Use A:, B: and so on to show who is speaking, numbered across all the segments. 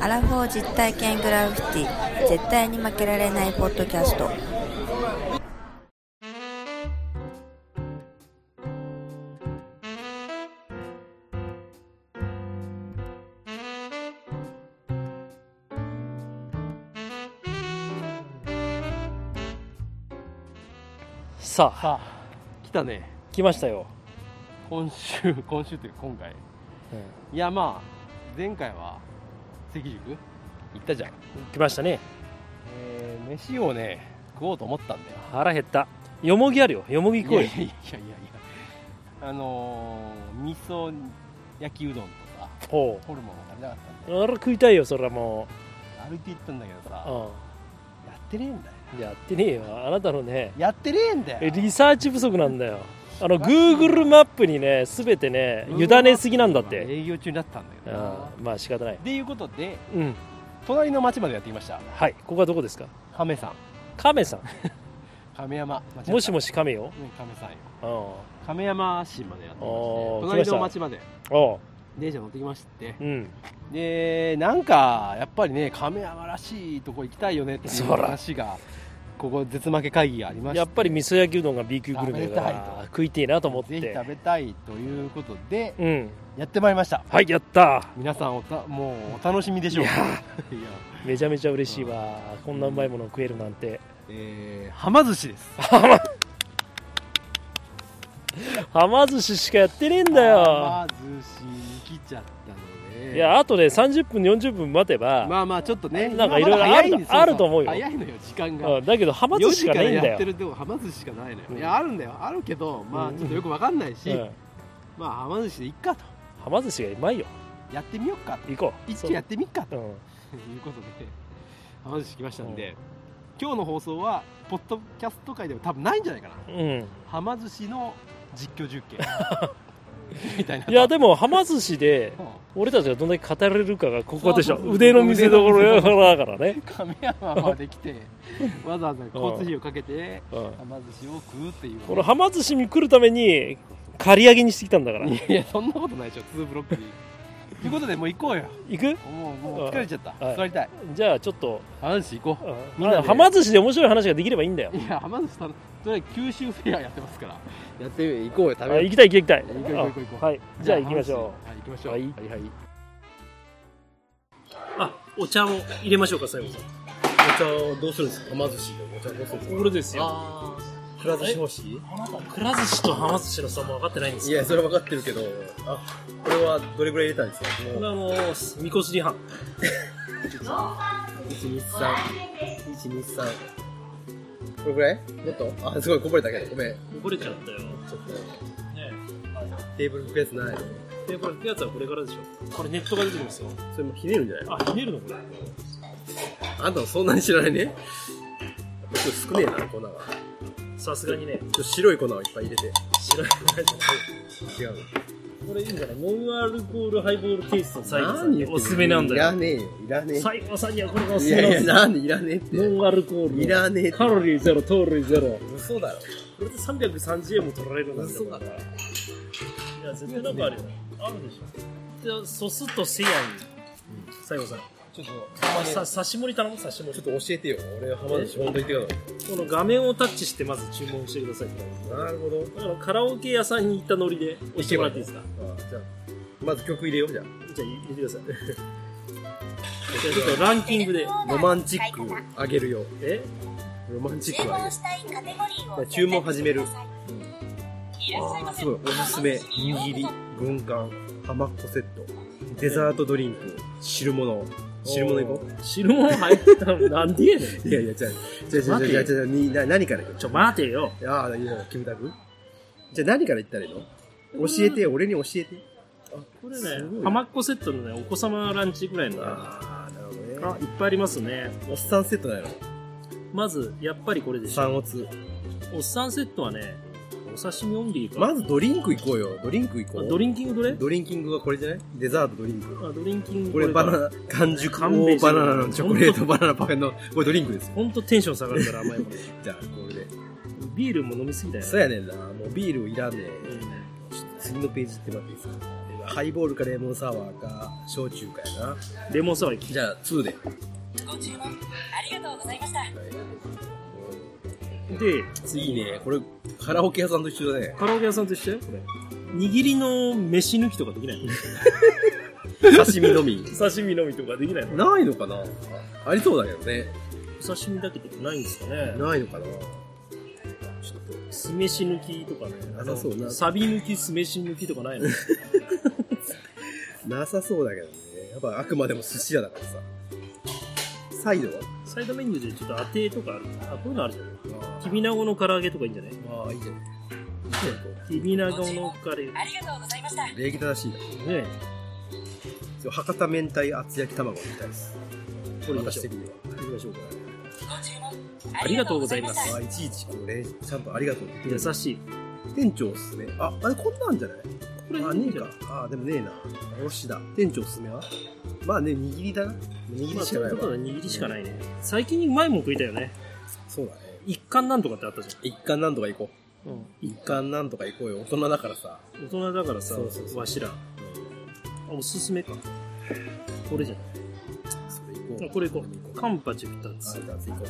A: ヤッホー実体験グラフィティ絶対に負けられないポッドキャスト
B: さあ
C: あ
B: 来たね
C: 来ましたよ、
B: 今週 今週というか今回いやまあ前回は関宿行ったじゃん、
C: 来ましたね
B: えー、飯をね食おうと思ったんだよ
C: 腹減ったよもぎあるよよもぎ
B: い
C: 食おう
B: やい
C: よ
B: やいやいやあのー、味噌焼きうどんとか
C: ほ
B: ホルモンが食べなかったん
C: うあら食いたいよそれはも
B: だよ歩いて行ったんだけどさ
C: う、
B: やってねえんだよ
C: うん、やってねえよあなたのね
B: やってねえんだよ
C: えリサーチ不足なんだよあの Google マップにね全てね委ねすぎなんだっ
B: まあ
C: て
B: 営業中になったんだけ
C: う
B: どなん
C: まあ仕方ない
B: っていうことで
C: うん
B: 隣の町までやってきました
C: はいここはどこですか
B: 亀さん
C: 亀さ
B: 亀山間違
C: んもしも
B: し
C: し亀よ
B: 亀さんよ
C: うん
B: 亀山市までやってきまして
C: おー
B: 隣
C: 来
B: の
C: まし
B: 町まで
C: おう
B: 電車乗ってきまして
C: うん
B: でなんかやっぱりね亀山らしいとこ行きたいよねっていう
C: そら
B: 話がここ絶負け会議がありまして
C: やっぱり味噌焼きうどんが B 級グルメだか
B: 食べた
C: ら
B: いと
C: 食いてえなと思っ
B: ぜひ
C: て
B: 食べたいということで
C: うん
B: やってまいりました
C: はいやった
B: 皆さんおたもうお楽しみでしょうか いや
C: めちゃめちゃ嬉しいわ、こんなうまいものを食えるなんて
B: えー、はま寿司です
C: はま寿司しかやってねえんだよ
B: はま寿司に来ちゃったので
C: いやあとね30分40分待てば、
B: まあまあちょっとね
C: なんかいろいろある
B: 今まだ早んです
C: あると思うよ
B: 早いのよ時間が
C: うんだけどはま寿
B: 4
C: 司し
B: 時
C: か
B: か
C: ね
B: ら
C: えんだ
B: やっ
C: よ
B: てるでもはま寿司しかないのよ、
C: うん
B: いやあるんだよあるけどまあ
C: うん
B: ちょっとよくわかんないし、
C: うん
B: まあはま寿司でいっかと
C: はま寿司がうまいよ
B: やってみよっか
C: 行こう
B: 一丁やってみっか
C: う
B: と
C: んうん
B: いうことではま寿司来ましたんで、今日の放送はポッドキャスト界でも多分ないんじゃないかな
C: うん、
B: はま寿司の実況 実験みたいない
C: やでもはま寿司で
B: うん
C: 俺たちがどんだけ語れるかがここでしょ
B: そうそうそう
C: 腕の見せ所やからだから ね、
B: 亀山まで来てわざわざ交通費をかけて
C: うん、
B: はま寿司を食うっていう
C: このはま寿司に来るために借り上げにしてきたんだから
B: いやいやそんなことないでしょ2ブロックにということでもう行こうよ
C: 行く
B: もうもう疲れちゃった、
C: はい
B: 座りたい
C: じゃあちょっと、
B: 浜寿司行こ
C: うん
B: みんなで
C: はま寿司で面白い話ができればいいんだよ
B: ういや浜寿司さんとりあえず九州フェアやってますからやってみよう行こうよ食
C: あ
B: べよ
C: 行きたい行きたい
B: 行こう行こう行こう
C: あはいじゃあ行きましょ
B: うはい行きましょう
C: はい
B: はい、はい、
C: うあお茶を入れましょうか最後
B: お茶をどうするんですか浜寿司お茶どうするんですか
C: これですよ
B: ああくら寿司欲しい
C: くら寿司とはま寿司の差も分かってないんです
B: い
C: よ
B: やそれ分かってるけどあこれはどれぐらい入れたんですか
C: これはもうみこしり飯
B: 123123これぐらいもっとあすごいこぼれたけどごめん
C: これちゃったよ
B: ちょっと
C: ね
B: テーブルスペースない
C: でこれってやつはこれからでしょこれネットが出てるんですよ
B: それもひねるんじゃない
C: あひねるのこれ
B: あんたもそんなに知らないね。ちょっと少ねえな、粉が。ちょ
C: さすがにね
B: っと白い粉をいっぱい入れて。
C: 白い粉じゃない
B: 違うの。
C: これいいんじゃないノンアルコールハイボールテイストの最後さ
B: 何言って
C: ん
B: んの
C: おすすめなんだよ
B: いらねえよ、いらね
C: 最後さんにはこれがお
B: え。
C: す
B: い
C: すめなん
B: やい
C: です
B: や、なんでいらねえって。
C: ノンアルコールの
B: いらねえって
C: カロリーゼロ糖類ゼロ
B: 嘘だろ。
C: これで330円も取られるんだ
B: 嘘だろ。
C: いや絶対なんかあるよあるでしょじゃあソスとセヤに最後さん
B: ちょっと、
C: さ刺し盛り頼む刺し盛
B: ちょ
C: り
B: っと教えてよ。俺、浜寿司、ほんと言ってく
C: この画面をタッチしてまず注文してください
B: ださい。なるほど。
C: だからカラオケ屋さんに行ったノリで押してもらっていいですか
B: あじゃあ、まず曲入れようじゃん。
C: じゃあ入れてくださいじゃあちょっとランキングで
B: ロマンチックあげるよ。
C: え
B: ロマンチッ
D: 注
B: クあげ
D: 文
B: る。
D: したいカテゴリーを
B: 注文始める
D: いらっしゃいませ
B: すごい、おすすめ。握り、軍艦、浜っ子セット。デザートドリンク、汁物。汁物いこう。
C: 汁物入ったのなんでやねん
B: いやいや、違う違う違う違う違う違うにな何からいく
C: ちょ待てよ
B: ああ、いや、キムタクじゃあ何から言ったらいいの教えてよ、俺に教えて。
C: これ
B: すご
C: ね
B: い
C: 浜っ子セットのねお子様ランチぐらいのあ
B: ああ、なる
C: いっ
B: ほどね。
C: ぱいありますね
B: おっさんセットなの
C: まずやっぱりこれでしょ
B: 三おつ。
C: おっさんセットはねお刺身オンリーか、
B: まずドリンク行こうよ、ドリンク行こ
C: あ
B: う。
C: ドリンキングどれ
B: ドリンキングがこれじゃないデザートドリンク。
C: あドリンキング
B: これバナナ、完熟大バナナのチョコレートバナナパフェの、これドリンクですよ。
C: 本当テンション下がるから甘いもの
B: じゃあ、これで。
C: ビールも飲みすぎだよね
B: そうやねんな、もうビールいらんねん。
C: うん
B: ちょっと次のページ行って待っていいですかハイボールかレモンサワーか焼酎かやな
C: レモンサワーいき
B: じゃあ2で
A: ご注文ありがとうございました。
C: で、
B: 次ねこれカラオケ屋さんと一緒だね
C: カラオケ屋さんと一緒よ、これ。握りの飯抜きとかできないの
B: 刺身のみ
C: 刺身のみとかできないの
B: ないのかなありそうだけどね
C: お刺身だけでないんですかね。
B: ないのかなちょっと
C: 酢飯抜きとかね。
B: なさそうな
C: サビ抜き、酢飯抜きとかないの
B: なさそうだけどねやっぱあくまでも寿司屋だからさサイドは
C: サイドメニューでちょっと当てとかあるあ、こういうのあるじゃないきびなごの唐揚げとかいいんじゃない
B: ああいいじゃない
C: きびなごのカレー。ね
A: ありがとうございました。
B: 礼儀正しいなそう博多明太厚焼き卵みたいです
C: これ行きまし
B: 私
C: ょ
B: 的には
C: う。行きましょうか。
A: ご注文
C: ありがとうございま
B: あ
C: す
B: あいちいちこうねちゃんとありがとうって言
C: 優
B: って
C: しい。
B: 店長おすすめああれこんなんじゃない
C: これ
B: あ
C: いい
B: ね
C: ん
B: え
C: じゃ
B: か
C: ない
B: あでもねえなよしだ店長おすすめはまあね握りだな握
C: ま
B: り
C: あ、
B: しか
C: そうい
B: ない
C: こ
B: うわ
C: とは握りしかないね。最近うまいもん食いたいよね。
B: そうだね
C: 一貫なんとかってあったじ
B: 一貫なんとか行こう
C: ゃん。
B: 一貫なんとか行こうよ大人だからさ
C: 大人だからさ
B: そうそうそう
C: わしらあおすすめかこれじゃな
B: それ行こ
C: いうあこれいこうカンパチ2
B: あ
C: つ
B: じゃあ次行こ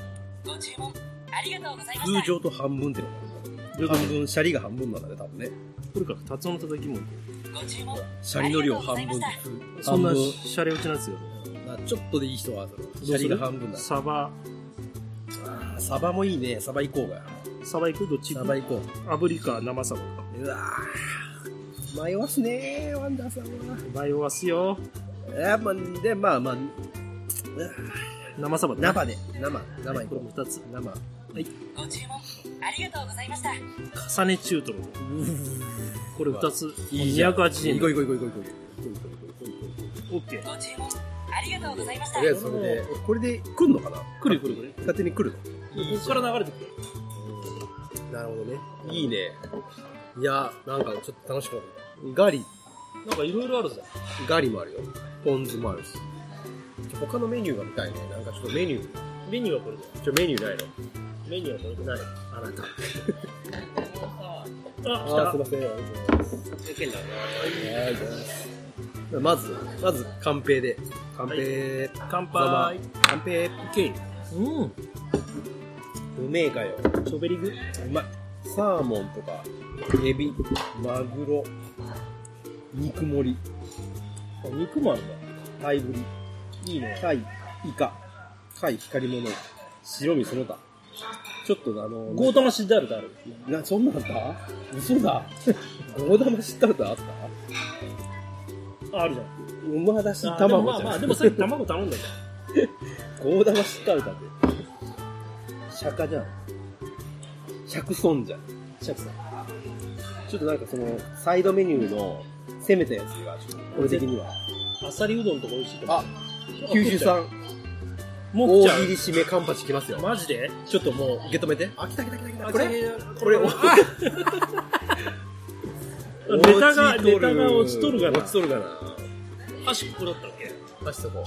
B: う
A: ご注文ありがとうございま
B: 通
A: した。
B: 常と半分っての
C: どういうこと
B: が半分シャリが半分なんだね多分ね
C: これかタツオのたたきも
A: ご注文
B: シャリの量半分ずつ
C: そんな
B: 半分
C: シャレ落ちなんですよ
B: あちょっとでいい人は
C: する
B: シャリが半分だ
C: サバ
B: あーサバもいいねサバ行こうが
C: サバいくどっち
B: サ
C: 行
B: バ
C: く
B: 行こ
C: 炙りか生サバか
B: ううわー迷わすねーワンダーさんは
C: 迷わすよ
B: えーまあでまあまあうわー
C: 生サバだね
B: 生で生生行
C: これも
B: こ
C: 2つ
B: う生
A: ご注文ありがとうございました。
C: 重ね中トロこれ2つ
B: じゃん
C: 280円
B: 行こう行こう行こう行こう行
C: オ
B: こ
C: ッケー
A: ご注文ありがとうございまし
B: うと
A: た。
B: りあえずそれでこれで来んのかな
C: くるくるくる
B: 勝手に来るの
C: ここから流れてくる
B: なるほどねいいねいやなんかちょっと楽しくなってきたガリ
C: なんかいろいろあるぜ
B: ガリもあるよポン酢もあるしちょ他のメニューが見たいねなんかちょっとメニュー
C: メニューはこれだよ
B: ちょメニューないの
C: メニューはこれだよ
B: あなた
C: あ来
B: ませんありがとうございますはいじゃあまずまずカンペでカンペ
C: た乾
B: ざま
C: 杯
B: カンペ
C: オッケーうん
B: うめえかよ
C: ショベリグ
B: うまいサーモンとかエビマグロ肉盛り
C: あ肉もあるんだ
B: タイぶり
C: いいね。
B: タイイカ貝光り物白身その他ちょっとあの
C: ゴータマシダルダル。
B: なそんなんあった嘘 だ大玉知ったことあった
C: あ、あるじゃん。
B: 馬だし
C: あでも
B: 卵
C: ま
B: じ
C: あ
B: ゃ
C: まあ、
B: ん
C: でもさっき卵頼んだよ。
B: 大玉知ったことあって釈迦じゃん釈尊じゃん
C: シャクさん。
B: ちょっとなんかそのサイドメニューの攻めたやつがちょっと俺的には
C: あさりうどんとか美味しいと思う
B: あ。九州産
C: もっ
B: 大
C: ちゃ
B: 喜
C: ん。
B: 利締めカンパチきますよ
C: マジで
B: ちょっともう受け止めてあ来た来た来た来たこ
C: こ
B: れ
C: れ
B: これ
C: あ
B: お
C: ネタが、ネタが落ちとるがな。
B: 落ちとるがな
C: 箸ここだったっけね
B: 出しとこう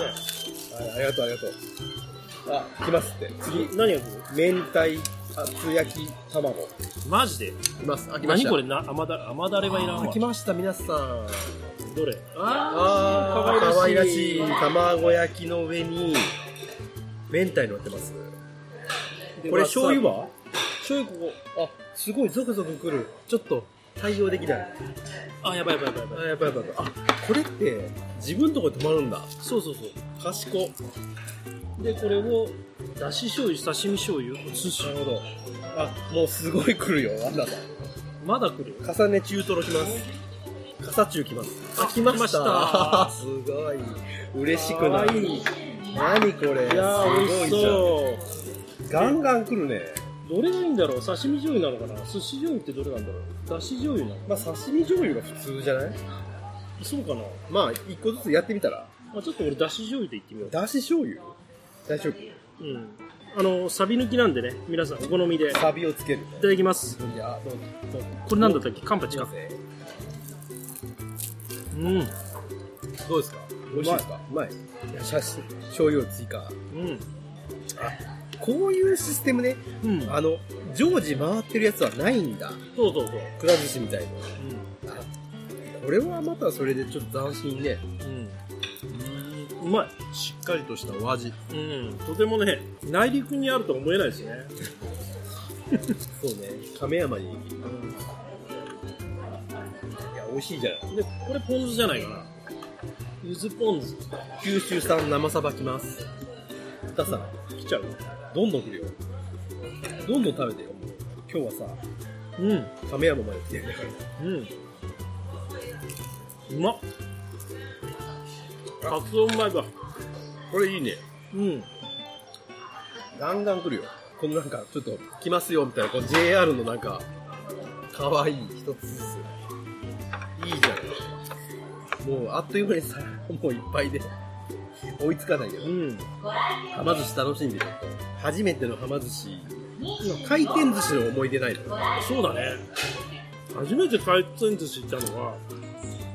B: はいありがとうありがとうあ来ますって次
C: 何が来る
B: 明太厚焼き卵
C: マジで
B: 来ますあ来ま
C: 何
B: した
C: これな、甘だ、甘だれはいらん
B: あ
C: わ
B: 来。ました皆さん
C: どれあ
B: あー
C: 可
B: 可
C: 愛
B: 愛
C: ら
B: ら
C: し
B: し
C: い
B: い卵焼きの上に明太乗ってます
C: で
B: これ醤油
C: わ
B: は醤油ここあすごいゾクゾクくるちょっと対応できない
C: あ、やばいやばいやばいやばい。
B: あやっぱやっぱやっぱあこれって自分のとこで止まるんだ
C: そうそうそう。
B: 賢な
C: で、これを、だし醤油、刺身醤油、お寿司。
B: るほどあもうすごい来るよあんな
C: まだ来るよ。
B: た重ね中トロきます傘中きます
C: あ来ました
B: すごい嬉しく
C: か
B: な
C: わ
B: い
C: いい。い
B: 何これ
C: やー、美味しそう。
B: うガンガン来るね
C: どれがいいんだろう刺身醤油なのかな寿司醤油ってどれなんだろうだし醤油なの
B: まあ刺身醤油が普通じゃない
C: そうかな、
B: まあ一個ずつやってみたら
C: まあ、ちょっと俺だし醤油でいってみよう
B: だし醤油大丈夫
C: うんあのサビ抜きなんでね皆さんお好みでい
B: サビをつけるね
C: ただきます
B: いやどうぞどうぞ
C: これなんだったっけカンパチかうんうん
B: どうですか美味しいですかうまいいや写真醤油を追加こういうシステムね
C: うん
B: あの常時回ってるやつはないんだ
C: そうそうそう、
B: くら寿司みたいな
C: うん、
B: ここれはまたそれでちょっと斬新ね。
C: うんうま
B: しっかりとしたお味。
C: いうんとてもね内陸にあるとは思えないですね
B: そうね。亀山に。いや、美味しいじゃない。
C: でこれポン酢じゃないかなゆずポン酢
B: 九州産生さばきます。ださ、来ちゃうよどんどん来るよ。どんどん食べてよ。もう今日は
C: うん
B: さ、亀山まで来てるんだから。
C: うんうまっカツオうまいわ
B: これいいね。
C: うん
B: ガンガン来るよ。このなんか、ちょっと来ますよみたいな、この JR のなんか、かわいい一つずつ。いいじゃん。もうあっという間にさ、もういっぱいで。追いつかないけど
C: う。ん
B: はま寿司楽しんでる。初めてのはま寿司。回転寿司の思い出ないの
C: そうだね初めて回転寿司行ったのは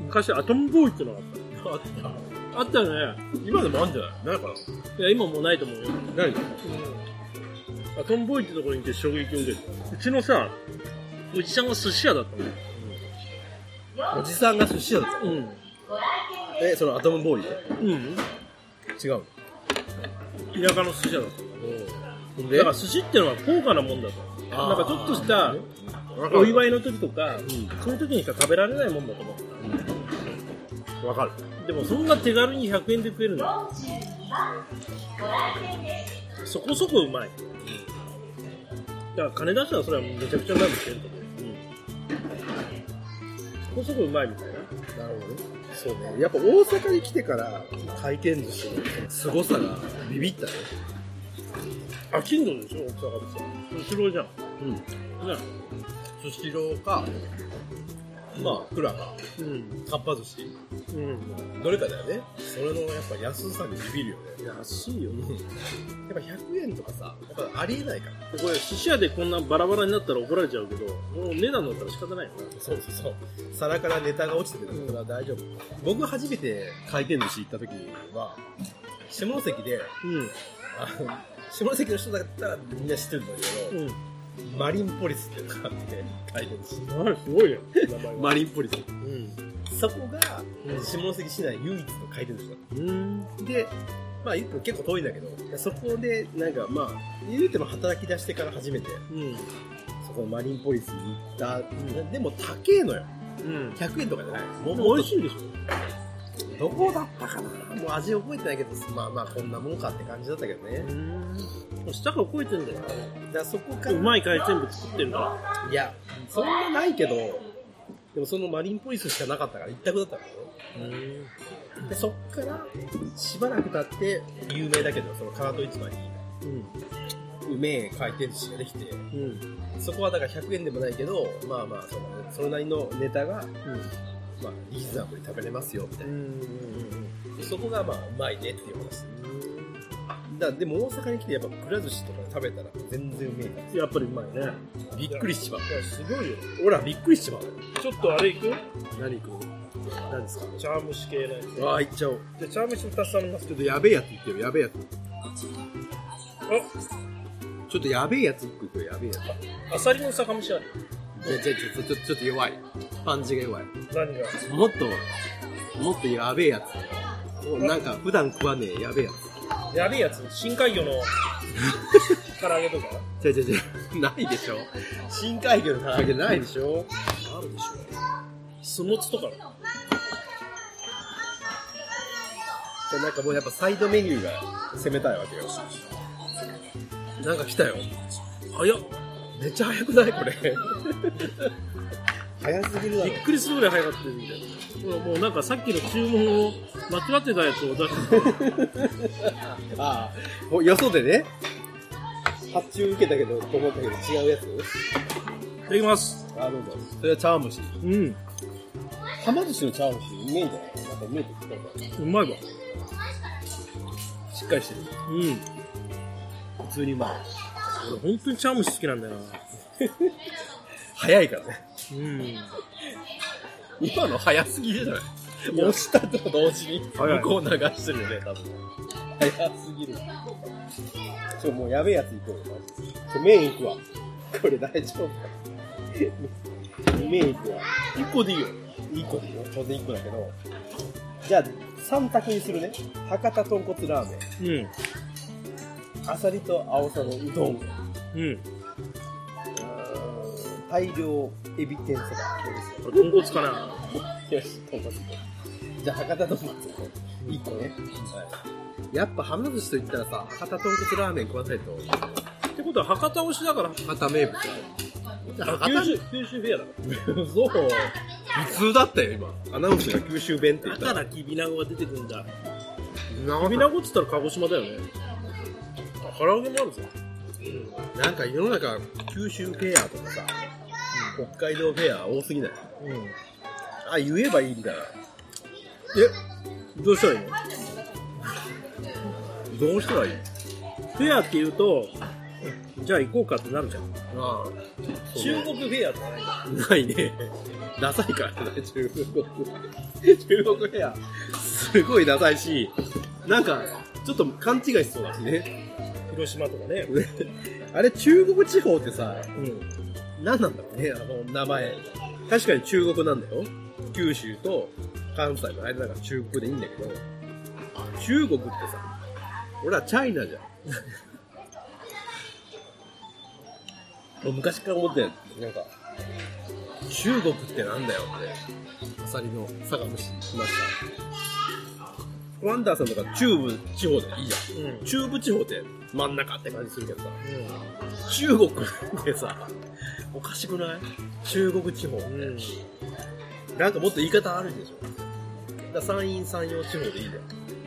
C: 昔アトムボーイってのがあった
B: あった。
C: あったよね
B: 今でもあるんじゃないないか
C: いや今もうないと思うよ
B: なないの
C: アトムボーイってところにいて衝撃を受けたうちのさおじさんが寿司屋だったのよ
B: おじさんが寿司屋だったのえ、そのアトムボーイで
C: うんうん
B: 違うの
C: 田舎の寿司屋だったの
B: ほん
C: だ
B: で
C: から寿司ってのは高価なもんだと
B: あー
C: なんかちょっとしたお
B: お
C: 祝
B: 祝い。
C: いの時とか、そういう時にしか食べられないもんだと思う
B: わかる。
C: でもそんな手軽に100円で食えるんだそこそこうまいだから金出したらそれはめちゃくちゃうまいもんしてると思う、そこそこうまいみたいな
B: なるほどね。そうね。やっぱ大阪に来てから、回転寿司の凄さがビビったね。
C: あ金魚でしょ大阪ってさ後ろじゃん
B: うん。
C: ね
B: 寿司郎か、まあ、クラか、
C: うん
B: かっぱ寿司。
C: うん
B: どれかだよね。それのやっぱ安さにビビるよね。
C: 安いよね
B: やっぱ100円とかさ、やっぱありえないから。
C: これ寿司屋でこんなバラバラになったら怒られちゃうけどもう値段乗ったら仕方ないよな
B: そうそうそう。皿からネタが落ちてるから、大丈夫。僕初めて回転寿司行った時は、下関で、
C: う
B: あの下関の人だったらみんな知ってるんだけ
C: んう
B: ど、
C: ん
B: マリンポリスっていうのがあって、回転寿司。
C: あれすごいね名前が
B: マリンポリス。
C: うん
B: そこが、下関市内唯一の回転寿司だっ
C: うん
B: た。で、まあ結構遠いんだけど、そこでなんかまあ、言うても働き出してから初めて、
C: うん
B: そこのマリンポリスに行った。でも高えのよ。
C: うん
B: 100円とかじゃない。も
C: 美味しいでしょ
B: どこだったかなもう味覚えてないけど、まあまあこんなもんかって感じだったけどね。
C: うん下が超えてんだよ
B: だからそこから、
C: うまい回転部作ってるから
B: いや、そんなないけど、でもそのマリンポリスしかなかったから一択だったからね
C: うん
B: で、そっから、しばらく経って、有名だけど、その唐戸市場に、うめえ回転寿司ができて、
C: うん
B: そこはだから100円でもないけど、まあまあその、それなりのネタが、まあ、リーズナブルに食べれますよ、みたいな。そこがまあ、うまいねっていう話。だからでも大阪に来てやっぱくら寿司とかで食べたら全然うめえか
C: やっぱりうまいね
B: らびっくりしちまう
C: いやすごいよ
B: ほらびっくりしちまう
C: ちょっとあれいく
B: 何こ
C: 何ですかチャームシ系のやつ
B: うわあいっちゃおう
C: じゃあチャームシ2つ頼みます
B: ちょっとやべえやつ言ってよやべえやつちょっとやべえやつ一個いくよやべえや
C: あアサリの酒蒸しある
B: つじゃあじゃあちょっとちょっとちょっと弱いパンチが弱い
C: 何が
B: もっともっとやべえやつもうなんか普段食わねえやべえや
C: やべえやつ深海魚の唐揚げとか
B: つじゃあじゃあじゃあないでしょ深海魚の唐揚げないでしょあるでしょ
C: スモツとか
B: じゃあなんかもうやっぱサイドメニューが攻めたいわけよなんか来たよ
C: 早っ
B: めっちゃ早くないこれ早すぎるだ
C: びっくりするぐらい早かったよみたいなもうなんかさっきの注文を間違ってたやつを出して
B: ああもうよそでね発注受けたけどと思ったけど違うやつ
C: いただきます
B: あどうぞそれは茶碗蒸し
C: うん
B: はま寿司の茶碗蒸しうめえんじゃないなんか見えてきた
C: うまいわ
B: しっかりしてる
C: うん
B: 普通にうまあ
C: 俺本当にチャームシ好きなんだよな
B: 早いからね
C: うん
B: 今の早すぎるじゃない押したと同時に
C: 早い
B: 向こう流してるよね多分早すぎるちょもうやべえやついこうよマジでちょ麺いくわこれ大丈夫か麺いくわ
C: 一個でいいよ
B: 1個でいいよ当然1個だけどじゃあ3択にするね博多豚骨ラーメン
C: うん。
B: あさりと青さのうどんう
C: うん。
B: ーん大量エビ天そば
C: これ、豚骨かな
B: よし豚骨じゃあ博多豚骨1個ね、やっぱはま寿司といったらさ博多豚骨ラーメン食わせると
C: ってことは、博多推しだから、
B: 博多名物
C: 九州、九州フェアだか
B: そう普通だったよ今アナウンスが九州弁って言
C: ら。
B: った
C: だから、きびなごが出てくるんだ。
B: な
C: きび
B: ん
C: なごっつったら鹿児島だよね。あ唐揚げもあるぞ。
B: か世の中九州フェアとかさ、北海道フェア多すぎないあ言えばいいんだ
C: え、どうしたらいいの
B: どうしたらいい
C: フェアって言うと、じゃあ行こうかってなるじゃん。
B: あ
C: 中国フェアとかない
B: あないねダサいからね中国中国フェアすごいダサいしなんかちょっと勘違いしそうだしね
C: 広島とかね。
B: あれ中国地方ってさ
C: うん。
B: 何なんだろうねあの名前確かに中国なんだよ九州と関西の間だから中国でいいんだけど中国ってさ俺らチャイナじゃんもう昔から思ってたなんか中国ってなんだよってアサリの酒蒸ししましたワンダーさんとか中部地方でいいじゃん、
C: うん
B: 中部地方って真ん中って感じするけどさ、中国ってさおかしくない中国地方って、
C: うん
B: なんかもっと言い方あるでしょだから山陰山陽地方でいいじ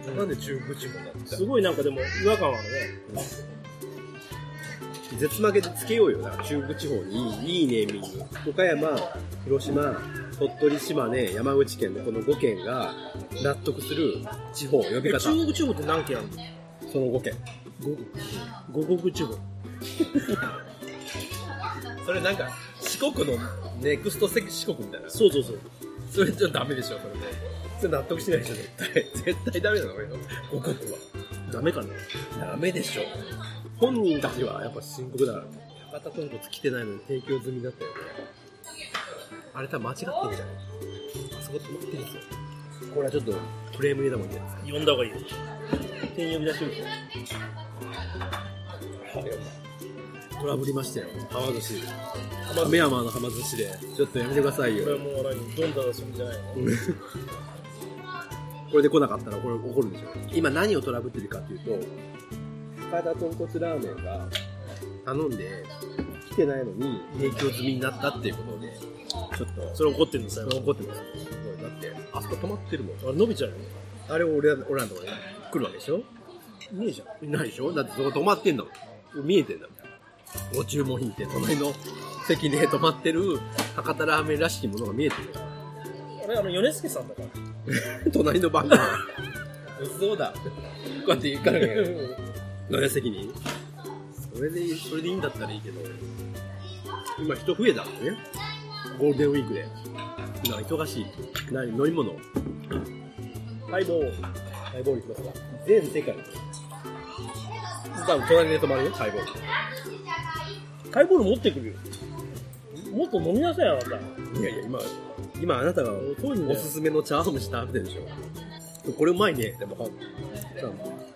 B: ゃん、なんで中国地方なんだ
C: すごいなんかでも違和感はあるね。
B: 絶負けでつけようよな中国地方にいいいいネーミング岡山広島鳥取島根山口県のこの5県が納得する地方呼び
C: え中
B: 方その
C: 国地方って何県あるの
B: 5県
C: 五国地方。
B: それなんか四国のネクスト四国みたいな
C: そうそうそう。
B: それじゃダメでしょそれでそれ納得しないでしょ絶対絶対ダメなのよ5国は
C: ダメかな
B: ダメでしょ本人たちはやっぱ深刻だから博多豚骨来てないのに提供済みだったよねあれ多分間違ってるじゃんあそこ止まってるんですよこれはちょっとクレーム入れたもんじゃない
C: 呼んだ方がいいよ。店呼び出しようよ
B: ですかトラブりましたよはま寿司亀山のはま寿司でちょっとやめてください
C: これは
B: よ
C: もう何どんだらするんじゃないの
B: これで来なかったらこれ怒るんでしょ今何をトラブってるかっていうと博多豚骨ラーメンが頼んで来てないのに提供済みになったっていうことでちょっと
C: それ怒ってんのさよ。
B: 怒ってますだってあそこ止まってるもん
C: あれ伸びちゃうよ。
B: あれ俺ら俺らのとこに来るわけでしょ
C: いねえじゃん。
B: いないでしょだってそこ止まってんだもん見えてんだもんご注文品って隣の席で止まってる博多ラーメンらしきものが見えてるよ
C: あれ、あの、米助さんだから。
B: 隣の番組そうだこうやって言うからね 隣の席にそれでそれでいいんだったらいいけど今人増えたんだねゴールデンウィークで今忙しい何飲み物ハイボールハイボールいきますか全世界多分隣で泊まるよハイボール
C: ハイボール持ってくるよ。もっと飲みなさいよ、あなた。
B: いやいや、今、今あなたが
C: 遠いんだ
B: お
C: よ
B: すすめの茶碗蒸し食べてるでしょ。これうまいね。でも、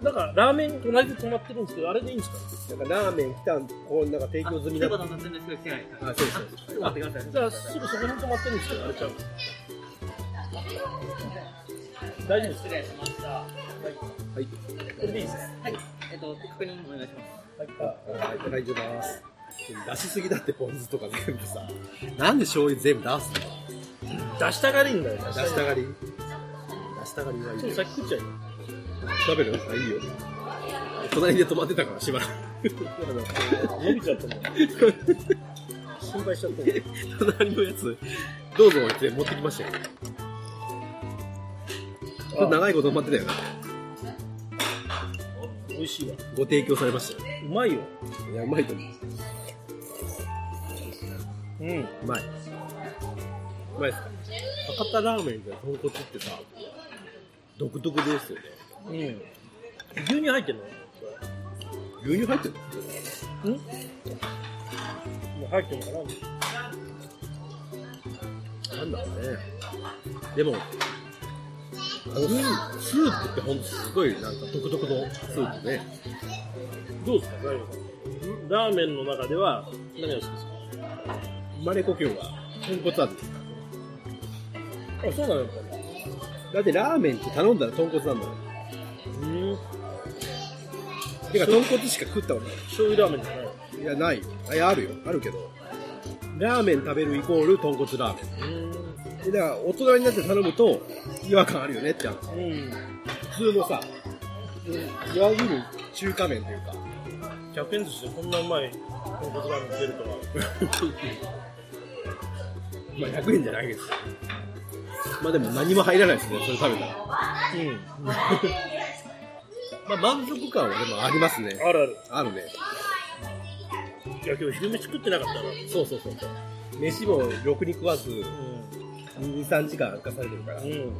C: だから、ラーメン隣で止まってるんですけど、あれでいいんですか
B: なんかラーメン来たん、こう、なんか提供済みだった。あ、そうですそうです。
C: じゃあ、すぐそこに止まってるんですけど、あれちゃう。大丈夫です。
E: 失礼しました。は
B: はい。
C: これでいいですね。
E: い。えっと、確認お願いします。
B: はい、大丈夫です。出しすぎだって、ポン酢とか全部さ。なんで醤油全部出す
C: 出したがりんだよ、出し
B: の出したがり。出したがりはいい
C: ちょっ
B: よ
C: と。先食っちゃうよ。
B: 食べるあ、いいよ。隣で泊まってたから、しばらく。
C: 伸びちゃったもん。心配しちゃったもん。
B: 隣のやつ、どうぞって持ってきましたよ。これ長いこと待ってたよな。
C: 美味しいわ。
B: ご提供されましたよ。
C: うまいよ。
B: いや、うまいと思う。
C: うん。
B: うまい。うまいですか博多ラーメンで豚骨ってさ、独特ですよね。
C: うん。牛乳入ってんの
B: 牛乳入ってるの
C: もう入ってんのかな
B: なんだろうね。でもあのススープってほんとすごいなんか独特のスープで、
C: どうですか、大悟さん。ラーメンの中では、何が好きですか
B: 生まれ故郷が豚骨味です
C: あ、そうなのやっぱり。
B: だってラーメンって頼んだら豚骨なんだよ
C: うん。
B: てか豚骨しか食ったことな
C: 醤油ラーメンじゃない。
B: いいやないよいやあるよあるけどラーメン食べるイコール豚骨ラーメンでだから大人になって頼むと違和感あるよねって話
C: うん。うん。
B: 普通のさいわゆる中華麺というか
C: 100円寿司でこんなうまい豚骨ラーメン出るとは。
B: まあ100円じゃないけどまあでも何も入らないですねそれ食べたら
C: うん。
B: まあ満足感はでもありますね
C: あるある。
B: あるね
C: いや、今日昼飯食ってなかったな。
B: そうそうそうそう飯もろくに食わず
C: う
B: 23時間歩かされてるから
C: ん。うん。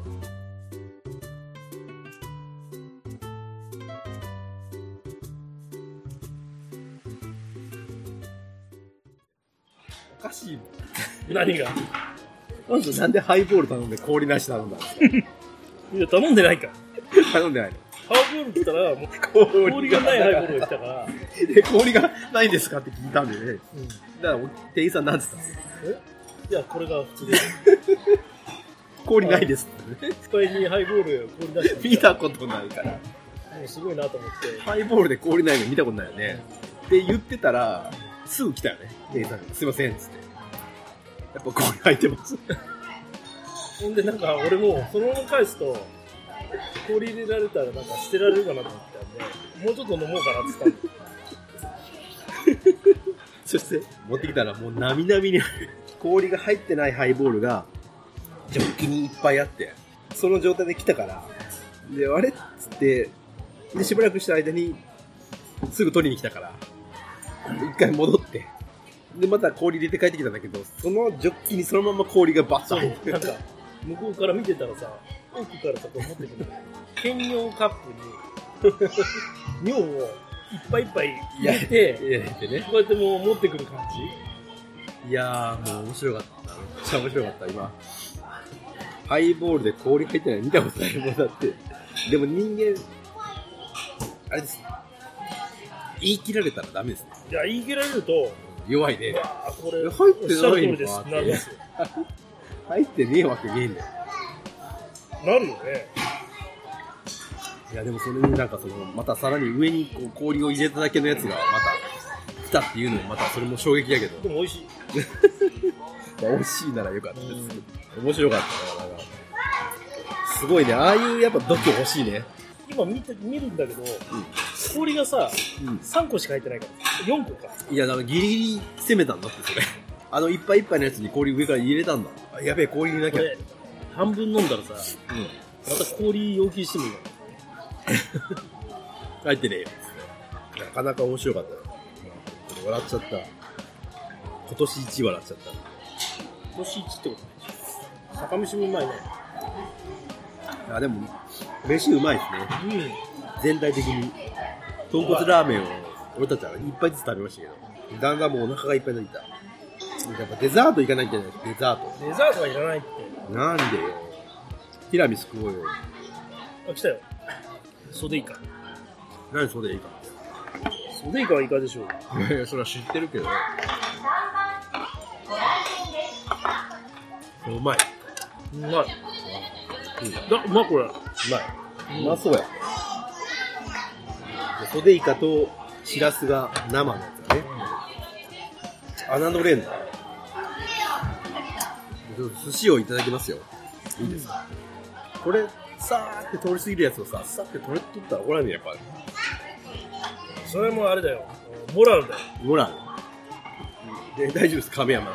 B: おかしいもん
C: 何が
B: まずなんでハイボール頼んで氷なし頼んだんです
C: いや、頼んでないから。
B: か 頼んでないの
C: ハーボールって言ったら、もう
B: 氷
C: 氷がないハイボールが来たから。
B: で氷がないんですかって聞いたんでね、だから店員さんなんつったんですか
C: いや、これが普通で。いっ
B: 氷ないですってね
C: ぱいにハイボール氷出して
B: 見たことないから
C: もうすごいなと思って。
B: ハイボールで氷ないの見たことないよねって言ってたらすぐ来たよね店員さんがすいませんっつってやっぱ氷入ってます
C: ほんでなんか俺もそのまま返すと氷入れられたらなんか捨てられるかなと思ったんでもうちょっと飲もうかなって言っ
B: そして持ってきたらもうなみなみに氷が入ってないハイボールがジョッキにいっぱいあってその状態で来たからであれっつってでしばらくした間にすぐ取りに来たから一回戻ってでまた氷入れて帰ってきたんだけどそのジョッキにそのまま氷がバッと入って
C: たんで なんか向こうから見てたらさ奥からさこう持ってくる兼用カップ に尿をいっぱいいっぱい入れて
B: いやってね
C: こうやってもう持ってくる感
B: いやーもう面白かっためっちゃ面白かった今ハイボールで氷入ってない見たことないもんだってでも人間あれです言い切られたらダメですね
C: じいや言い切られると
B: 弱いね
C: あこれ
B: 入っ
C: おっ
B: て
C: しゃ
B: な
C: る
B: い
C: 通
B: の
C: りです
B: か
C: っ
B: ってて
C: なりますよ
B: 入ってねえわけねえんだよ
C: なるよね
B: いやでもそれになんかそのまたさらに上にこう氷を入れただけのやつがまた来たっていうのもまたそれも衝撃だけど、
C: でも美味しい
B: まあ、美味しいならよかったです、面白かったななんかすごいねああいうやっぱ度胸欲しいね
C: 今見て見るんだけど、氷がさ、
B: うん
C: 3個しか入ってないから4個か
B: いや、だからギリギリ攻めたんだって、それ。あの、いっぱいいっぱいのやつに氷上から入れたんだ。あやべえ、氷入れな
C: こ
B: きゃ。
C: れ半分飲んだらさまた氷要求してみるよ
B: 入ってねえよ。なかなか面白かったよ。うん笑っちゃった。今年一笑っちゃっ
C: 今年1ってことないでしょ酒飯もうまいね
B: た。あ、でも、飯うまいですね。
C: うん
B: 全体的に。豚骨ラーメンを、俺たちは一杯ずつ食べましたけど。だんだんもうお腹がいっぱいになった。やっぱデザートいかないんじゃないデザー
C: デザートはいらないって
B: ト。なんでよ。ティラミス食おうよ。
C: あ来たよソデイカ
B: 何それいいか。
C: ソデイカはイカでしょう
B: いやいや、それは知ってるけど。うまい。
C: うまいだうまいこれ
B: うまい。うまそうや。ソデイカとシラスが生のやつだね。穴のれんだ。寿司をいただきますよ。いいですか、これ、さーって通り過ぎるやつをさ、さって取れ取ったら怒らねえやっぱ。
C: それもあれだよモラルだよ
B: ほら。で大丈夫です、亀山。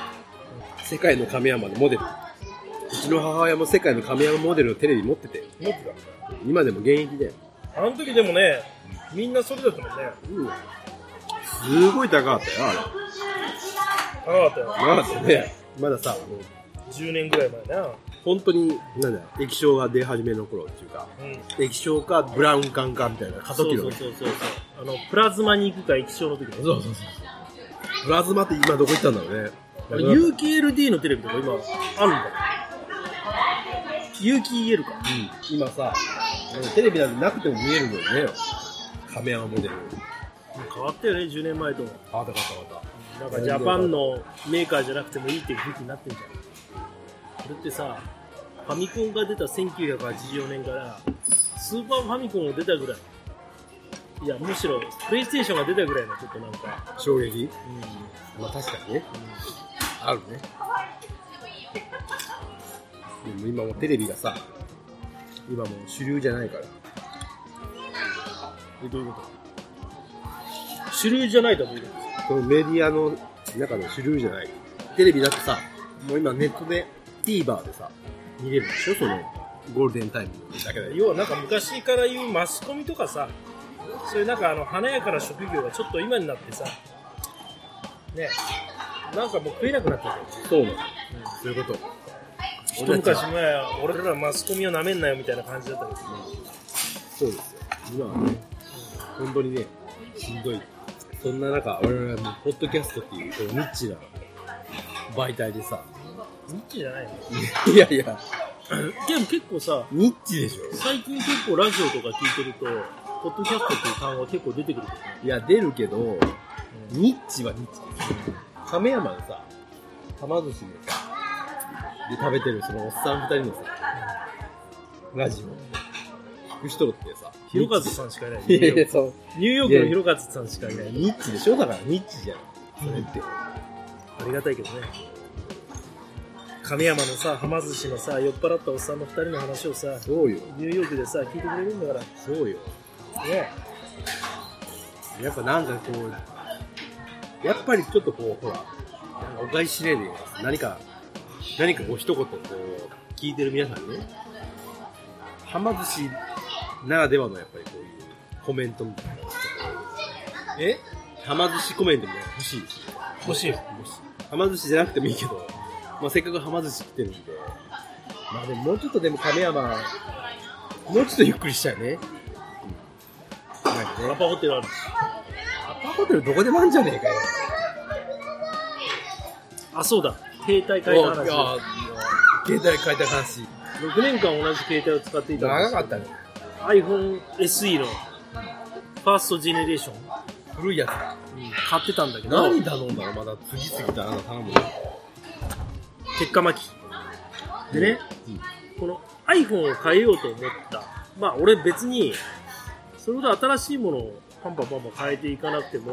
B: 世界の亀山のモデル。うちの母親も世界の亀山モデルのテレビ持ってて、
C: 持って
B: 今でも現役だよ。
C: たあの時でもねみんなそれだったもんね
B: うん。すごい高かったよ、
C: 高かったよ
B: あれ。まだね、まださ、もう
C: 10年ぐらい前な
B: 本当に、なんだよ液晶が出始めの頃っていうか、
C: うん
B: 液晶かブラウン管かみたいな過渡期のね。
C: そうそうそうそうあのプラズマに行くか液晶の時だよ
B: そうそうそうプラズマって今どこ行ったんだろうね。
C: あれ UKLD のテレビとか今あるんだよ有機 EL か。
B: 今さ、テレビなんてなくても見えるのよね。亀山モデル。
C: 変わったよね、10年前とも。
B: あわかったわかっ
C: なんかジャパンのメーカーじゃなくてもいいっていう雰囲気になってんじゃん。それってさ、ファミコンが出た1984年から、スーパーファミコンが出たぐらい。いや、むしろ、プレイステーションが出たぐらいの、ちょっとなんか、
B: た。衝撃
C: うん、
B: まあ確かにね。あるね。でも今もうテレビがさ、今もう主流じゃないから。
C: えどういうこと主流じゃないと思うけど。
B: そのメディアの中の主流じゃない。テレビだってさ、もう今ネットで TVer でさ、見れるでしょそのゴールデンタイムだけだよ。
C: 要はなんか昔から言うマスコミとかさそういうなんかあの華やかな職業がちょっと今になってさねなんかもう食えなくなってる
B: そうなの。そういうこと。
C: 一昔前は俺らマスコミをなめんなよみたいな感じだったけど
B: そうですよ。今はね、本当にね、しんどい。そんな中、我々はもうポッドキャストっていう、このニッチな媒体でさ、
C: ニッチじゃないの
B: いやいや、
C: でも結構さ
B: ニッチでしょ。
C: 最近結構ラジオとか聞いてるとポッドキャストっていう単語結構出てくるけどね
B: いや、出るけど、ニッチはニッチです。亀山のさ、玉寿司でさ、で食べてるそのおっさん二人のさ、ラジオ、聞く人ってさ、
C: 広和さんしかいない
B: い
C: ニュ
B: やい
C: ーヨ
B: や、
C: ーク
B: そう。
C: ニューヨークの広和さんしかいない
B: ニッチでしょだから、ニッチじゃん。それって。
C: ありがたいけどね亀山のさはま寿司のさ酔っ払ったおっさんの2人の話をさ
B: そうよ。
C: ニューヨークでさ、聞いてくれるんだから、
B: そうよ。
C: ね、
B: やっぱなんかこう、やっぱりちょっとこう、ほら、なんかお返ししねえでよ、何か、何かこう一言こう、聞いてる皆さんにね、はま寿司ならではのやっぱりこういうコメントみたいなのをちょっと。えはま寿司コメントみたいなの欲しいですよ。
C: 欲しい。
B: もしはま寿司じゃなくてもいいけど、まあ、せっかくはま寿司来てるんで、まあでももうちょっとでも亀山、もうちょっとゆっくりしたいね。うんなんかね
C: アパホテルある。
B: アパホテルどこでもあんじゃねえかよ。
C: あ、そうだ。携帯変えた
B: いや
C: 話。
B: 携帯変えた話。
C: 6年間同じ携帯を使っていたんで
B: 長
C: す
B: かったね。
C: iPhone SE のファーストジェネレーション、
B: 古いやつだ。
C: 買ってたんだけど、
B: 何頼んだのまだ次々とあなた頼むの。
C: 結果巻き。でね、この iPhone を変えようと思った。まあ、俺別に、それほど新しいものをパンパンパンパン変えていかなくても、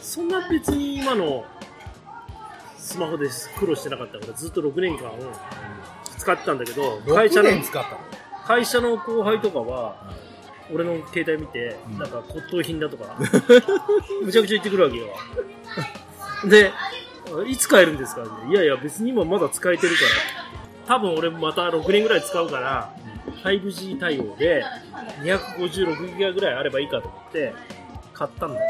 C: そんな別に今のスマホで苦労してなかったから、ずっと6年間使ってたんだけど、会社
B: 6
C: の、
B: 年使ったの。
C: 会社の後輩とかは、俺の携帯見て、なんか骨董品だとか、 むちゃくちゃ言ってくるわけよ。で、いつ買えるんですかっていやいや、別に今まだ使えてるから。多分俺また6年ぐらい使うから、5G 対応で、256ギガぐらいあればいいかと思って、買ったんだよ。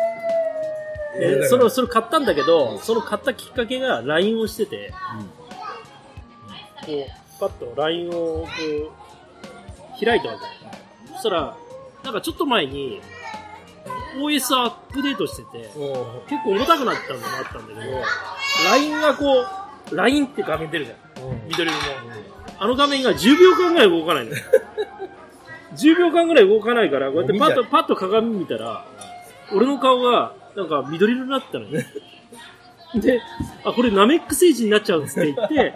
B: えーだか
C: で
B: ら
C: それそれ買ったんだけど、その買ったきっかけが LINE をしてて、こう、パッと LINE をこう、開いたわけ。そしたら、なんかちょっと前に、OS アップデートしてて、結構重たくなったのもあったんだけど、LINE がこう、LINE って画面出るじゃん。緑色の。あの画面が10秒間ぐらい動かないのよ。10秒間ぐらい動かないから、こうやってパッと、パッと鏡見たら、俺の顔が、なんか緑色になってたのよ。で、あ、これナメック星人になっちゃうんですって言って、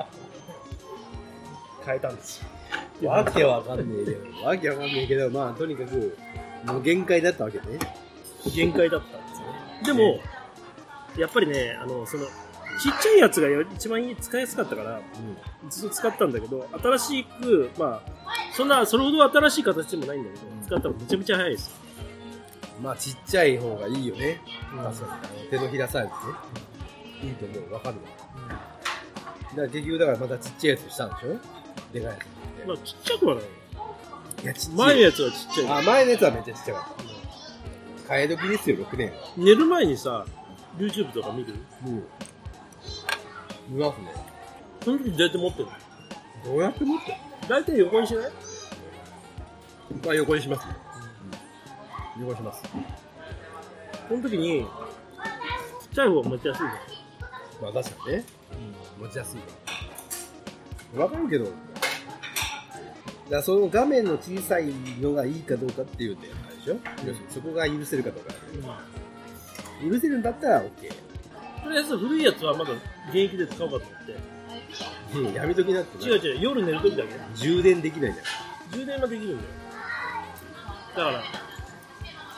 C: 変えたんですよ。
B: わけわかんねえけど。 わけわかんねえけど、まあとにかく、もう限界だったわけね。
C: 限界だったんですよね。でも、やっぱりね、あの、その、ちっちゃいやつがよ一番いい使いやすかったから、ずっと使ったんだけど、新しく、まあ、そんな、それほど新しい形でもないんだけど、使ったらめちゃめちゃ早いですよ。
B: まあちっちゃい方がいいよね。確かに。手のひらサイズね。いいと思う。わかるわ。だから結局だからまたちっちゃいやつしたんでしょでかいや
C: まあ、ちっちゃくはない。
B: つ。いや、ちっちゃ
C: 前
B: い
C: の。やつはちっちゃ
B: あ、
C: い。
B: 前のやつはめっちゃちっちゃかった。替え時ですよ、6年は。
C: 寝る前にさ、YouTube とか見る
B: もう、見ますね。
C: その時どうやって持ってるの
B: どうやって持って
C: 大体横にしない
B: まあ横にしますね。横にします。
C: この時に、ちっちゃい方が持ちやすいじゃん。
B: まあ確かにね。持ちやすいわ。わかるけど、からその画面の小さいのがいいかどうかっていう点あれでしょ、要するにそこが許せるかどうかだよね許せるんだったら OK、
C: とりあえず古いやつはまだ現役で使おうかと思って。
B: うん、やめときなってな
C: 違う違う、夜寝るときだけ。
B: 充電できないじ
C: 充電ができるんだよ。だから、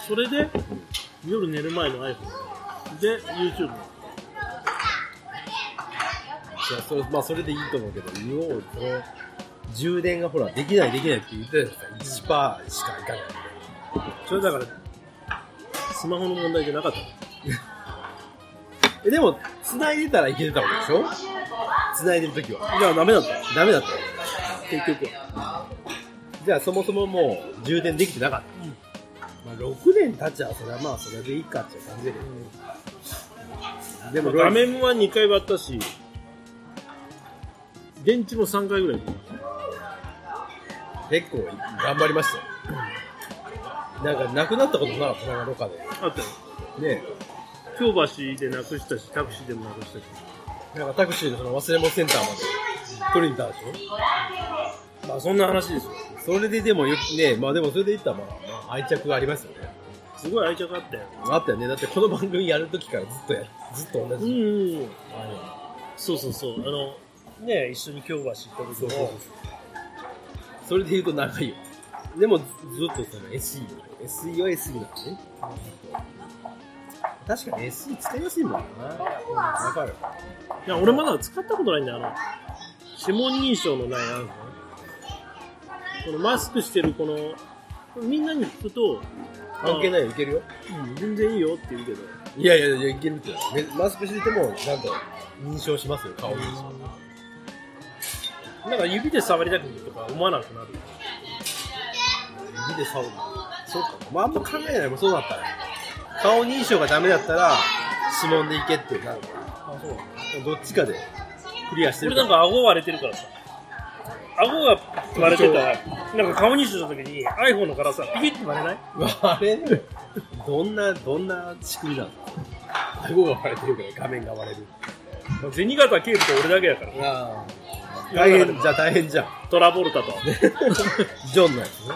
C: それで、夜寝る前の iPhone。で、YouTube。
B: ゃんいやそれ,、まあ、それでいいと思うけど言おうと充電がほらできないできないって言ってたじゃないですか1%しかいかない
C: それだから、スマホの問題じゃなかった。
B: えでも繋いでたらいけてたわけでしょ繋いでるときは
C: じゃあダメだったよ。
B: ダメだったよ
C: 結局は。
B: じゃあそもそももう充電できてなかった、まあ、6年経っちゃうそれはまあそれでいいかって感じだけど、でも
C: 画面は2回割ったし、電池も3回ぐらい。
B: 結構頑張りましたよなんかなくなったことなかったなんかどっかで
C: あったよ。
B: ね
C: 京橋でなくしたし、タクシーでもなくしたし。
B: なんかタクシーでその忘れ物センターまで取りに行ったでし
C: まあそんな話ですよ。
B: ょそれででもよくねまあでもそれでいったらまあ、まあ、愛着がありますよね
C: すごい愛着あったよ。
B: あったよねだってこの番組やるときからずっとやずっと同
C: う
B: じ、
C: ん、うん。
B: あの
C: そうそうそう。あの、ね一緒に京橋行った時
B: そうそうそう
C: も、
B: それで言うと長いよでもずずっとその SE を SE は SE なんだね確かに SE 使いやすいもんなわかる
C: いや、俺まだ使ったことないんだよ、あの、指紋認証のないアンフこのマスクしてるこの、みんなに聞くと、。
B: 関係ないいよいけるよ
C: うん、全然いいよって言うけど。
B: いやいやいやいけるってめマスクしててもちゃんと認証しますよ顔認証
C: なんか指で触りたくないとか思わなくなる。
B: 指で触るそうかまああんま考えないもんそうだったら顔認証がダメだったら指紋でいけってなる
C: あ、そう
B: どっちかでクリアしてる
C: 俺なんか顎割れてるからさ。顎が割れてたら、なんか顔認証した時に iPhone のからさ、ピキッて割れない
B: 割れるどんなどんな仕組みなの顎が割れてるから画面が割れる
C: 銭形警部と俺だけだから。
B: あ大変じゃあ大変じゃ ん
C: トラボルタと。
B: ジョンのやつね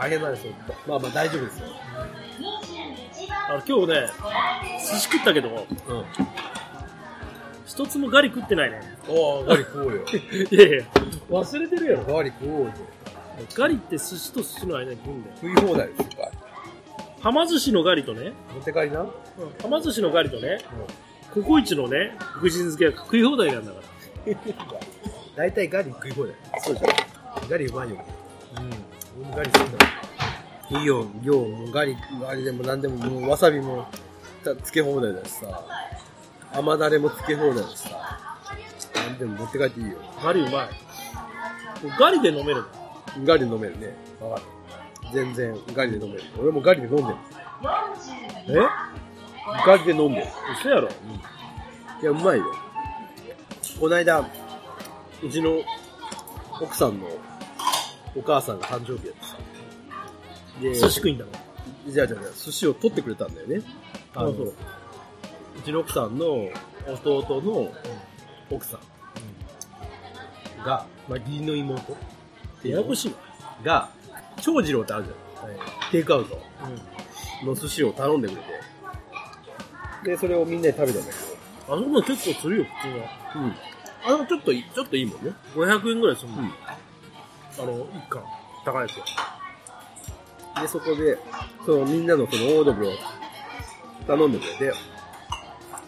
B: 大変なんですよまあまあ大丈夫ですよ、
C: あの今日ね、寿司食ったけど、
B: うん、
C: 一つもガリ食ってないね。
B: おおガリ食おうよ
C: いやいや、忘れてるやろ。
B: ガリ食おうよ
C: ガリって寿司と寿司の間に食うんだよ。
B: 食い放題ですよガリ
C: はま寿司のガリとね、
B: 持って帰りな
C: はま寿司のガリとね、ココイチのね、福神漬けは食い放題なんだから。
B: 大体ガリ食い放題そうじゃんガリうまいようん俺もガリ好きだもんいいよ量もガリあれでも何でももうわさびもたつけ放題だしさ甘だれもつけ放題だしさ何でも持って帰っていいよ
C: ガリうまい。ガリで飲めるの。
B: ガリ飲めるねわかる全然ガリで飲める俺もガリで飲んでるえガリで飲んでる
C: 嘘やろ。
B: いや、うまいよ。こないだ、うちの奥さんのお母さんが誕生日やってさ。で、
C: 寿司食いんだろ。
B: じゃあじゃあじゃあ寿司を取ってくれたんだよね。あの
C: あそう
B: うちの奥さんの弟の奥さんが、まあ、義理の妹っていう
C: や
B: の
C: やこしいわ。
B: が、長次郎ってあるじゃん。テイクアウトの寿司を頼んでくれて。で、それをみんなで食べたんだけ
C: あそこも結構するよ、普通は。
B: ど。うん。あの、ちょっといい、ちょっといいもんね。
C: 500円ぐらいするもん。
B: うん
C: あの、一貫。高いやつは。
B: で、そこで、そのみんなのそのオードブルを頼んでくれて、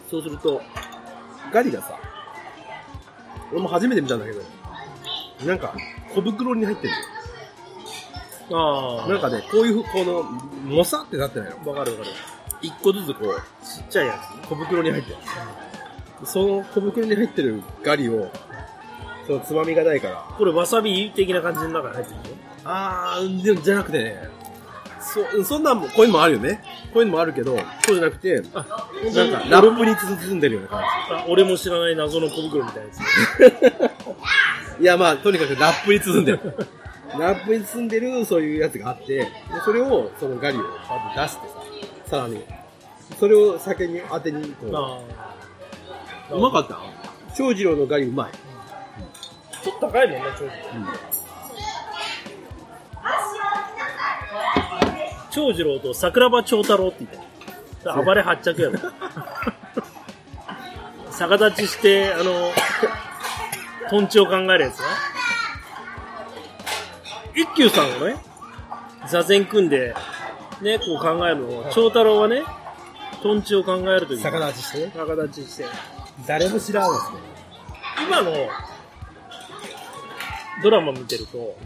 B: そうすると、ガリがさ、俺も初めて見たんだけど、なんか小袋に入ってる
C: あ
B: の
C: あ。
B: よ。なんかね、こういうふう、この、もさってなってないの。
C: わかるわかる。
B: 一個ずつこう、
C: ちっちゃいや
B: 小袋に入ってる。その小袋に入ってるガリを、そのつまみがないから、
C: つ。これわさび的な感じの中に入ってるでしょ
B: あー、でもじゃなくてね、そ、そんなんも、こういうのもあるよね。こういうのもあるけど、そうじゃなくて、なんかラップに包んでるような感
C: あ俺も知らない謎の小袋みたいなやつ。
B: じ。いや、まあ、とにかくラップに包んでる。ラップに包んでる、そういうやつがあって、でそれを、そのガリをパッと出してさ、さらに、それを酒に当てに、こう、
C: ああ。
B: うまかった長次郎のガリうまい。
C: ちょっ高いもんね、長寿。長次郎と桜庭長太郎って言ったよ暴れ発着やろ。逆立ちして、あの、とんちを考えるやつな。一休さんがね、座禅組んで、ね、こう考えるのを、長太郎はね、とんちを考えるときに、
B: 逆立ちしてね
C: 逆立ちして。
B: 誰も知らんわ
C: 今のドラマ見てると、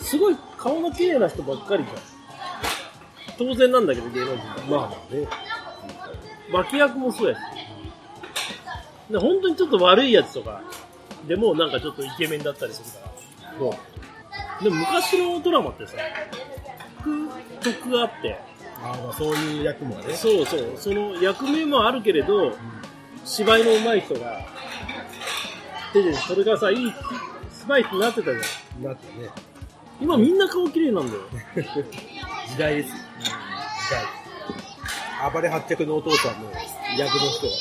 C: すごい顔の綺麗な人ばっかりじゃん。当然なんだけど、芸能人
B: す
C: は。
B: ねまあまあね
C: 脇役もそうやし。で、本当にちょっと悪いやつとか、でもなんかちょっとイケメンだったりするから。
B: そう
C: でも昔のドラマってさ、曲、曲があって、
B: あーまあそういう役もね
C: そうそう、その役名もあるけれど、芝居の上手い人が出てて、それがさ、いいスパイスになってたじゃん。
B: なってね
C: 今みんな顔綺麗なんだよ。
B: 時代ですよ時代暴れ八脚のお父さんの役の人が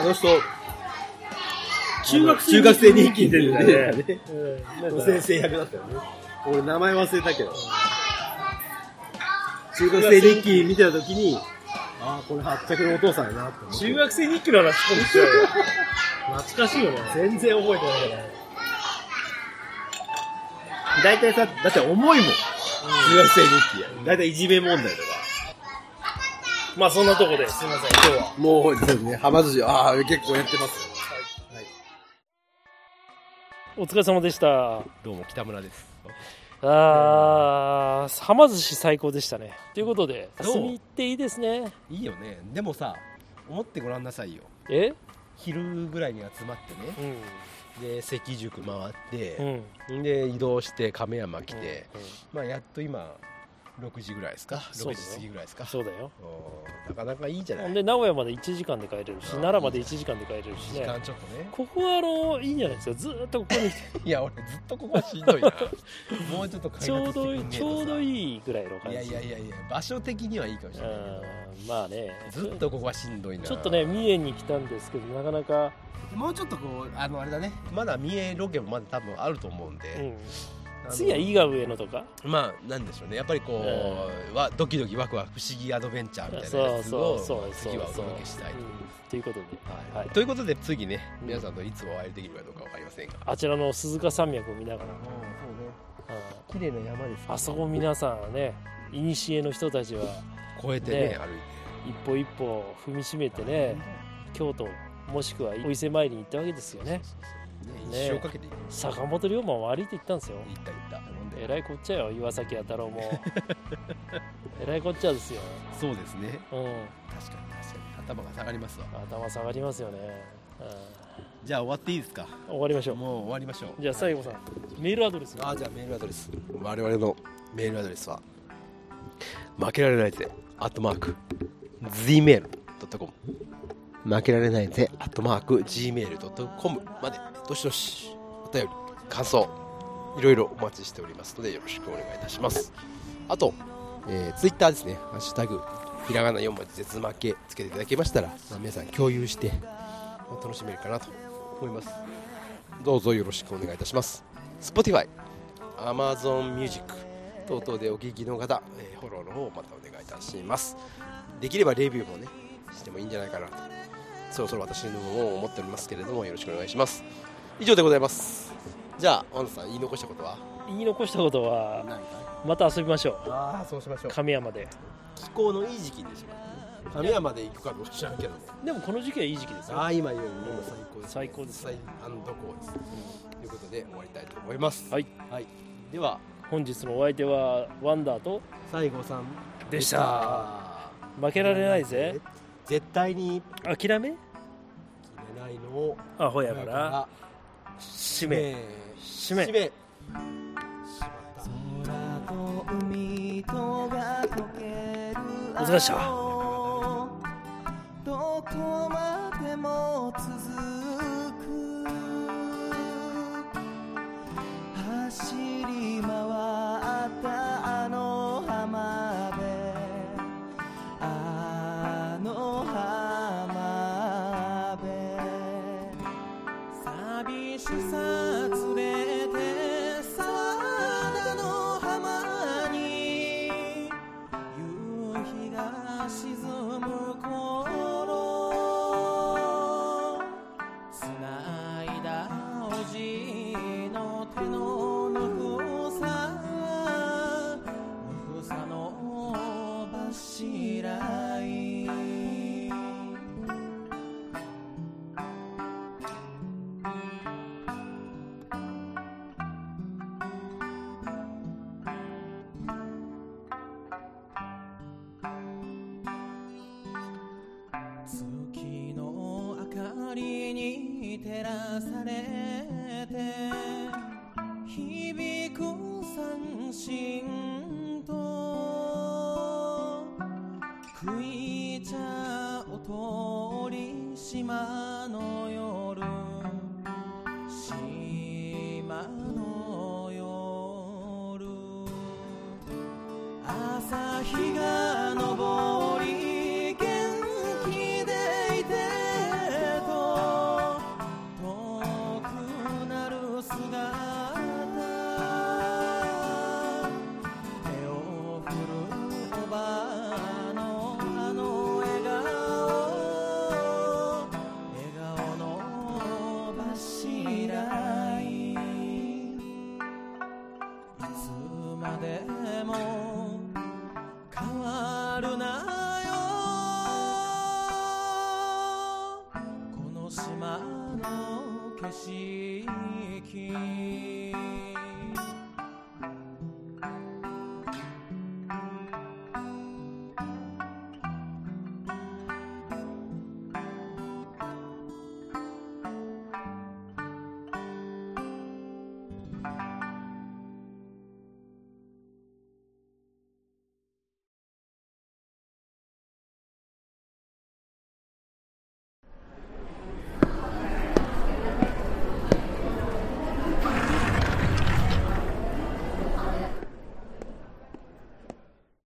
B: あの人
C: 中学生
B: 中学生に生きてるんだよね
C: うん
B: 先生役だったよね俺名前忘れたけど中学生日記見てた時にああこれ八着のお父さんやなって思って
C: 中学生日記の話今度しようよ。懐かしいよね。
B: 全然覚えてないから大体さだって重いもん、中学生日記や大体いじめ問題とか
C: まあそんなとこですいません、今日は。
B: もうそうですねはま寿司ああ結構やってます
C: お疲れ様でした。
B: どうも北村です
C: あー、はま寿司最高でしたね。ということで、
B: どう
C: 休みっていいですね。
B: いいよねでもさ思ってごらんなさいよ
C: え
B: 昼ぐらいに集まってね
C: うん。
B: で関宿回って、
C: うん。
B: で移動して亀山来て、
C: うんうん
B: まあやっと今6時ぐらいですか
C: そう
B: 6
C: だよ
B: 時過ぎぐらいですか
C: そうだよ。
B: おーなかなかいいじゃな
C: ほ
B: い
C: んで、名古屋まで1時間で帰れるし、
B: うん
C: 奈良まで1時間で帰れるし
B: 時
C: ね
B: 間。ちょっと ね
C: ここはあの、いいんじゃないですか。ずーっとここに来て、
B: いや俺ずっとここはしんど いなもうちょっと
C: ちょうどいい、ちょうど
B: い
C: いいぐらいの感
B: い
C: じ。
B: やいやいやいや場所的にはいいかもしれない
C: うんまあね
B: けどずっとここはしんどいな
C: ちょっとね三重に来たんですけどなかなか、
B: もうちょっとこうあのあれだねまだ三重ロケもまだ多分あると思うん
C: う
B: で、
C: ん、
B: あの
C: 次は伊賀上野とか
B: まあなんでしょうねやっぱりこう、わドキドキワクワク不思議アドベンチャーみたいな
C: そ
B: や
C: う
B: つ
C: そ
B: を
C: うそうそう
B: 次はお届けしたい
C: うんということで、
B: は
C: は
B: い
C: い
B: ということで次ね
C: うん
B: 皆さんといつお会いできるかどうかわかりませんが、
C: あちらの鈴鹿山脈を見ながら、う
B: 綺麗な山です
C: んあそこ皆さんはね古の人たちは
B: 越えてね
C: ね
B: 歩いて
C: 一歩一歩踏みしめてね京都もしくはお伊勢参りに行ったわけですよね
B: ね
C: ね
B: 一生かけて行っ
C: 坂本龍馬も歩いて行ったんですよ
B: た行ったほんで
C: えらいこっちゃよ岩崎弥太郎もえらいこっちゃですよ、
B: そうですね
C: うん、
B: 確かに確かに頭が下がりますわ
C: 頭下がりますよね、
B: じゃあ終わっていいですか
C: うん、終わりましょう
B: もう終わりましょう
C: じゃあ最後さんメールアドレス
B: あじゃあメールアドレス我々のメールアドレスは負けられないぜアットマーク gmail.com 負けられないぜアットマーク gmail.com までどしどしお便り感想いろいろお待ちしておりますのでよろしくお願いいたしますあと、えー、ツイッターですね「ハッシュタグひらがな4文字絶負け」つけていただけましたら、まあ皆さん共有して楽しめるかなと思いますどうぞよろしくお願いいたします Spotify、Amazon Music 等々でお聞きの方、えーフォローの方をまたお願いいたしますできればレビューもねしてもいいんじゃないかなとそろそろ私のも思っておりますけれどもよろしくお願いします以上でございますじゃあワンさん言い残したことは
C: 言い残したことは
B: 何か
C: また遊びましょう
B: ああそうしましょ
C: 神山で
B: 気候のいい時期にします神山で行くかどうか知らんけども
C: でもこの時期はいい時期ですよ
B: ああ今言うのも最高です、
C: 最高ですね
B: 最アンドコーです、ということで終わりたいと思います
C: はい、
B: はい、では
C: 本日のお相手はワンダーと
B: 西郷さん
C: でした負けられないぜ
B: 絶対に
C: 諦め
B: 決めないのを
C: アホやから使命
B: 締
C: め
B: 締め
C: お疲れっした
F: どこまでも続く走り回ったあの浜辺あの浜辺ささ連れて真田の浜に夕日が沈む頃繋いだおじいの手のぬふさぬふさの柱い月の明かりに照らされて響く三振と食い茶お通り島の夜島の夜朝日が昇り元気でいてと遠くなる姿手を振るおばのあの笑顔笑顔の柱いいつまでも変わるなよこの島の景色